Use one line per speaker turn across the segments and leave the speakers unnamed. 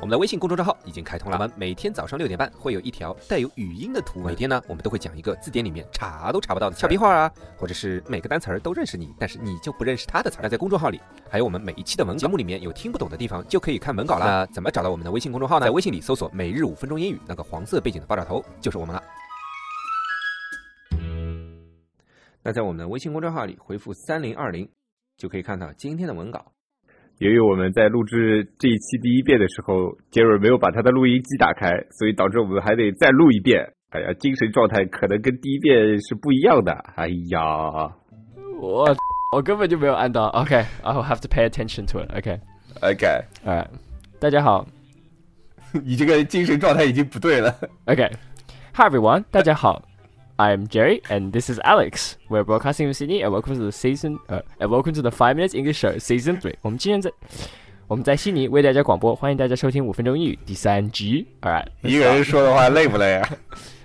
我们的微信公众账号已经开通了，我们每天早上六点半会有一条带有语音的图文。每天呢，我们都会讲一个字典里面查都查不到的俏皮话啊，或者是每个单词儿都认识你，但是你就不认识它的词儿。那在公众号里，还有我们每一期的文稿节目里面有听不懂的地方，就可以看文稿啦。那怎么找到我们的微信公众号呢？在微信里搜索“每日五分钟英语”，那个黄色背景的爆炸头就是我们了。那在我们的微信公众号里回复三零二零，就可以看到今天的文稿。
由于我们在录制这一期第一遍的时候，杰瑞没有把他的录音机打开，所以导致我们还得再录一遍。哎呀，精神状态可能跟第一遍是不一样的。哎呀
我我根本就没有按到。OK，I、will have to pay attention to it. OK，
，OK，
a l right，大家好。
你这个精神状态已经不对 了。
OK，Hi、everyone，大家好。I'm Jerry and this is Alex. We're broadcasting from Sydney and welcome to the season 呃、and welcome to the Five Minutes English Show Season Three. 我们今天在我们在悉尼为大家广播，欢迎大家收听五分钟英语第三集。All right，
一个人说的话累不累啊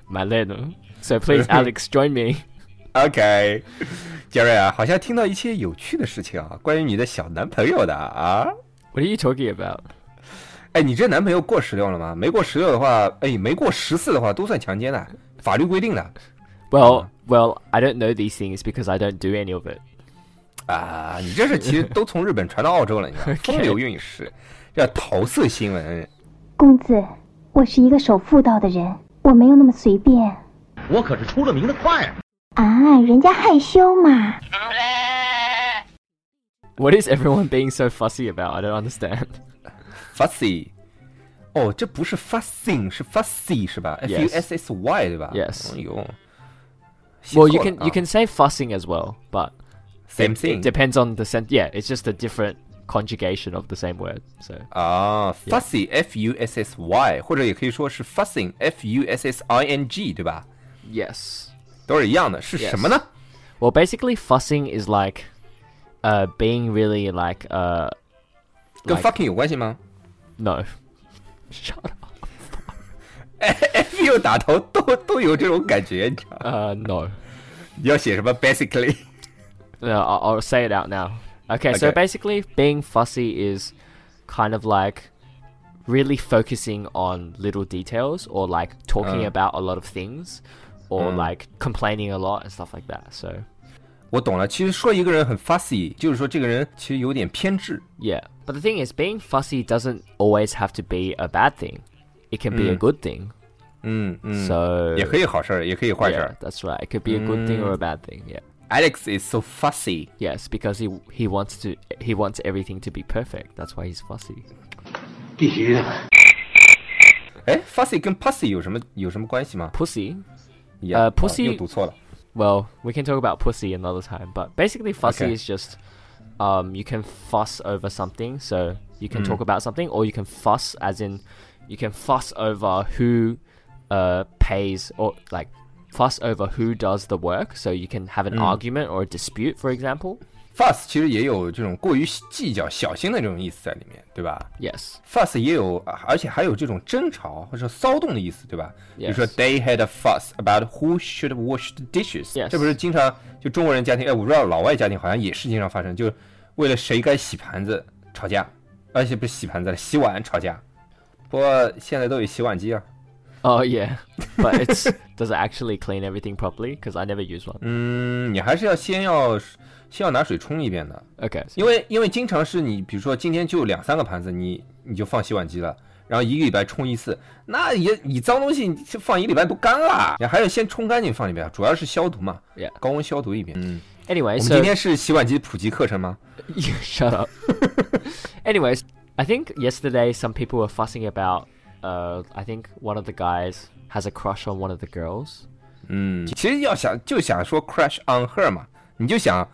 蛮累的。So please, Alex, join me.
？OK，杰 瑞啊，好像听到一些有趣的事情啊，关于你的小男朋友的啊。
What are you talking about?
哎，你这男朋友过十六了吗？没过十六的话，哎，没过十四的话都算强奸的，法律规定的
Well, well, I don't know these things because I don't do any of it.
啊！你这是其实都从日本传到澳洲了，你知 道吗
Okay
风流韵事，叫桃色新闻。
公子，我是一个守妇道的人，我没有那么随便。我可是出了名的快啊！人家害羞嘛。
What is everyone being so fussy about? I don't understand.
fussy。哦，这不是 fussing，是 fussy 是吧
Yes
？F U S S Y 对吧
Yes
哎呦
Well, you can you can say fussing as well, but
啊 same
it
thing
depends on the sense. Yeah, it's just a different conjugation of the same word. So
啊，fussy F U S S Y，或者也可以说是 fussing F U S S I N G 对吧？
yes.
都是一样的，是
Yes
什么呢？
Well, basically, fussing is like uh being really like uh
跟
like-
fucking 有关系吗
no. Shut up.
？F U 打头都都有这种感觉，你知道？
Uh, no.
你要写什么？Basically，
No, I'll, I'll say it out now. Okay, so
Okay.
basically, being fussy is kind of like really focusing on little details or like talking
Uh. Mm.
about a lot of things or like complaining a lot and stuff like that. So,
我懂了。其实说一个人很 fussy，就是说这个人其实有点偏执。
yeah. But the thing is, being fussy doesn't always have to be a bad thing, it can be a good thing.
嗯嗯，
So,
也可以好事儿，也可以坏事
yeah,
儿。
that's right. It could be a good thing or a bad thing. Yeah.
Alex is so fussy。
Yes, because he he wants to he wants everything to be perfect. That's why he's fussy.
必须的。
哎，fussy 跟 pussy 有什么有什么关系吗？
Pussy
一样
呃，pussy-
哦又读错了。
Well, we can talk about pussy another time, but basically, fussy
Okay.
is just um, you can fuss over something. So you can talk about something, or you can fuss, as in you can fuss over who uh, pays or like fuss over who does the work. So you can have an argument or a dispute, for example.
fuss 其实也有这种过于计较、小心的这种意思在里面，对吧
Yes.
？fuss 也有，啊而且还有这种争吵或者骚动的意思，对吧？比如说
Yes.
they had a fuss about who should wash the dishes，、
Yes.
这不是经常就中国人家庭，哎，我不知道老外家庭好像也是经常发生，就是为了谁该洗盘子吵架，而且不是洗盘子了，洗碗吵架。不过现在都有洗碗机啊，
Oh yeah, but it's does it actually clean everything properly? Because I never use one.
嗯，你还是要先要先要拿水冲一遍的，
Okay. so-
因为因为经常是你，比如说今天就两三个盘子，你你就放洗碗机了，然后一个礼拜冲一次，那也你脏东西你就放一礼拜都干了，你还是先冲干净放里边，主要是消毒嘛
Yeah.
高温消毒一遍。嗯，
Anyway,
我们
so
今天是洗碗机普及课程吗？
You shut up. Anyways, I think yesterday some people were fussing about. Uh, I think one of the guys has a crush on one of the girls.
嗯，其实要想就想说 crash on her 嘛，你就想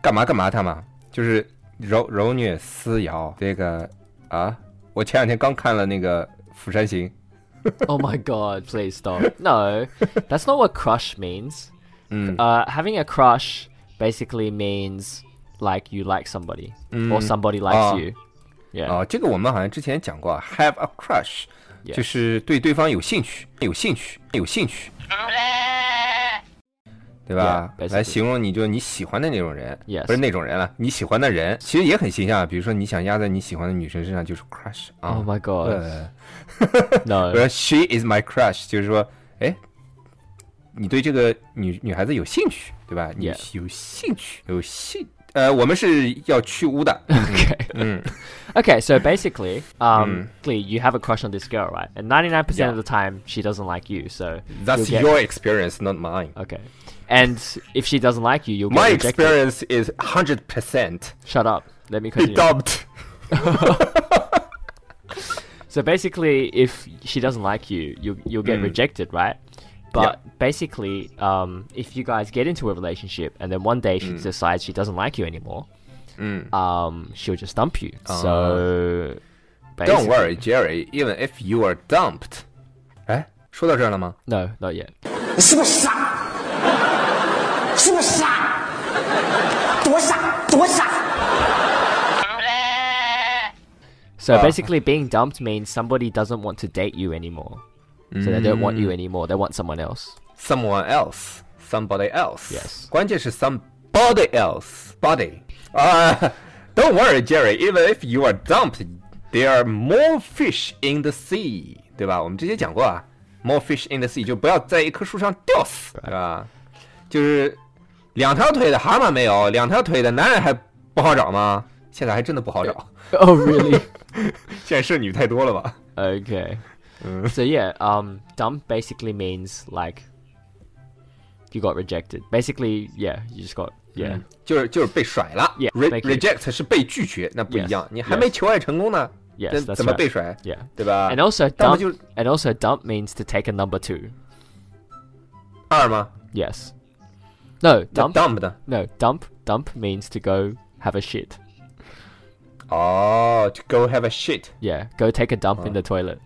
干嘛干嘛他嘛，就是柔柔虐私摇这个啊，我前两天刚看了那个《釜山行》。
Oh my god! Please stop. No, that's not what crush means. Uh, having a crush basically means like you like somebody or somebody likes
Ah.
you. Yeah.
啊、这个我们好像之前讲过啊，have a crush，
Yeah.
就是对对方有兴趣，有兴趣，有兴趣，对吧
Yeah, basically.
来形容你就你喜欢的那种人
Yes.
不是那种人了，你喜欢的人其实也很形象，比如说你想压在你喜欢的女生身上就是 crush 啊、
Oh my god.
呃， 比如
No.
说 she is my crush，就是说，哎，你对这个女女孩子有兴趣，对吧？你
Yeah.
有兴趣，有兴，呃，我们是要去污的，
Okay.
嗯
Okay, so basically,
Mm.
um, Lee, you have a crush on this girl, right? And 99%
Yeah.
of the time, she doesn't like you, so.
，that's
you'll get-
your experience, not mine.
Okay. And if she doesn't like you, you'll get
My
rejected.
experience is hundred percent
Shut up. Let me continue.
dubbed.
So basically, if she doesn't like you, you you'll get
Mm.
rejected, right? But basically, um, if you guys get into a relationship and then one day she
Mm.
decides she doesn't like you anymore, um, she'll just dump you. so
Uh. Don't
basically-
worry, Jerry. Even if you are dumped，哎，Eh? 说到这儿了吗？
No, not yet.
你是不是傻？是不是傻？多傻，多傻！
Uh.
So basically, being dumped means somebody doesn't want to date you anymore. So they don't want you
Mm.
anymore. They want someone else.
Someone else, somebody else.
Yes.
关键是 somebody else, body. 啊、don't worry, Jerry. Even if you are dumped, there are more fish in the sea，对吧？我们之前讲过啊，more fish in the sea 就不要在一棵树上吊死，对吧？就是两条腿的蛤蟆没有，两条腿的男人还不好找吗？现在还真的不好找，
Oh really?
现在剩女太多了吧？
Okay. So yeah, um, dump basically means like you got rejected. Basically, yeah, you just got yeah.
就是就是被甩了
Yeah,
Re-
thank you.
reject 是被拒绝，那不一样
Yes,
你还没求爱成功呢
Yes,
那
that's
怎么
right.
被甩
Yeah.
对吧
And also
要么
dump
就
and also dump means to take a number two.
二吗？
Yes. No,
那
dump
dump 的
no, dump dump means to go have a shit.
哦、t o go have a shit
Yeah, go take a dump in the toilet.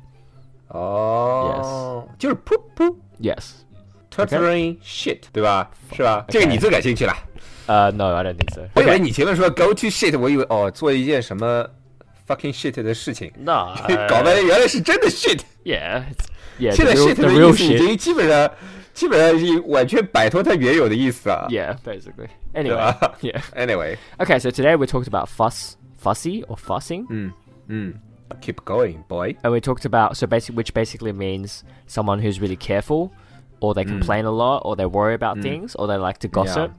哦、就是噗噗
Yes.
t u r t l i n g shit 对吧？是吧这个你最感兴趣了。
Uh no, I don't think so.
我以为你前面说 go to shit，我以为哦做一件什么 fucking shit 的事 情，
No.
搞半天原来是真的 shit。
呃 Yeah. It's, yeah,
现在
the real,
shit
the
的
real
意思已
shit.
经基本上基本上已经完全摆脱它原有的意思了。
Yeah, basically. Anyway, yeah.
Anyway。
Okay, so today we talked about fuss, fussy or fussing,
Keep going, boy.
and we talked about so basic, which basically means someone who's really careful, or they complain a lot, or they worry about things, or they like to gossip,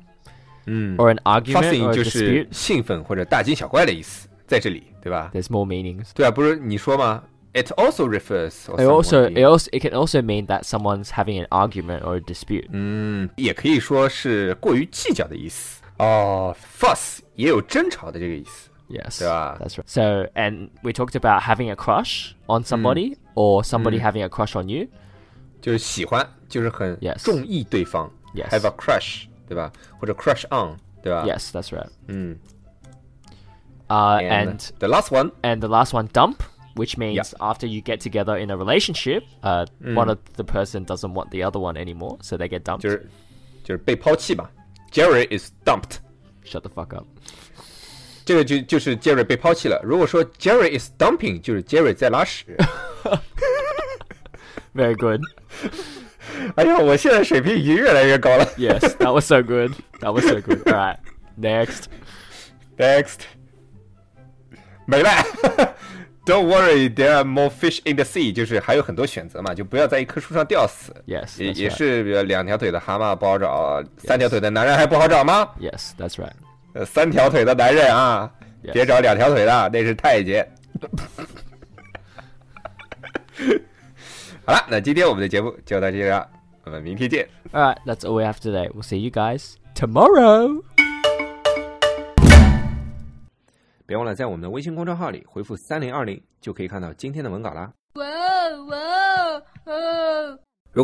or an argument
Fussing
or a
就是
dispute.
兴奋或者大惊小怪的意思，在这里，对吧？
There's more meanings.
对啊，不是你说吗？It also refers. or
It also,
someone
it also, it can also mean that someone's having an argument or a dispute.
嗯，也可以说是过于计较的意思。哦，fuss 也有争吵的这个意思。
Yes,
Yeah.
that's right. So, and we talked about having a crush on somebody, or somebody having a crush on you.
就是喜欢，就是很
Yes.
中意对方
Yes.
have a crush，对吧？或者 crush on，对吧
Yes, that's right.
嗯
Uh, Mm. and
，and the last one，
and the last one dump which means after you get together in a relationship uh, one of the person doesn't want the other one anymore so they get dumped
就是就是被抛弃吧。Jerry is dumped。
shut the fuck up
这个就就是 Jerry 被抛弃了。如果说 Jerry is dumping，就是 Jerry 在拉屎。
very good
哎呀，我现在水平已经越来越高了。
yes that was so good that was so good all right next
Next，没了。Don't worry, there are more fish in the sea，就是还有很多选择嘛，就不要在一棵树上吊死。
yes
也
that's
也
right.
是比如两条腿的蛤蟆不好找，啊三条腿的男人还不好找吗？
yes that's right
呃三条腿的男人啊
Yes
别找两条腿的，那是太监。 好了，那今天我们的节目就到这里了，我们明天见。
all right that's all we have today we'll see you guys tomorrow
别忘了在我们的微信公众号里回复三零二零，就可以看到今天的文稿啦。
Whoa, whoa, oh.
如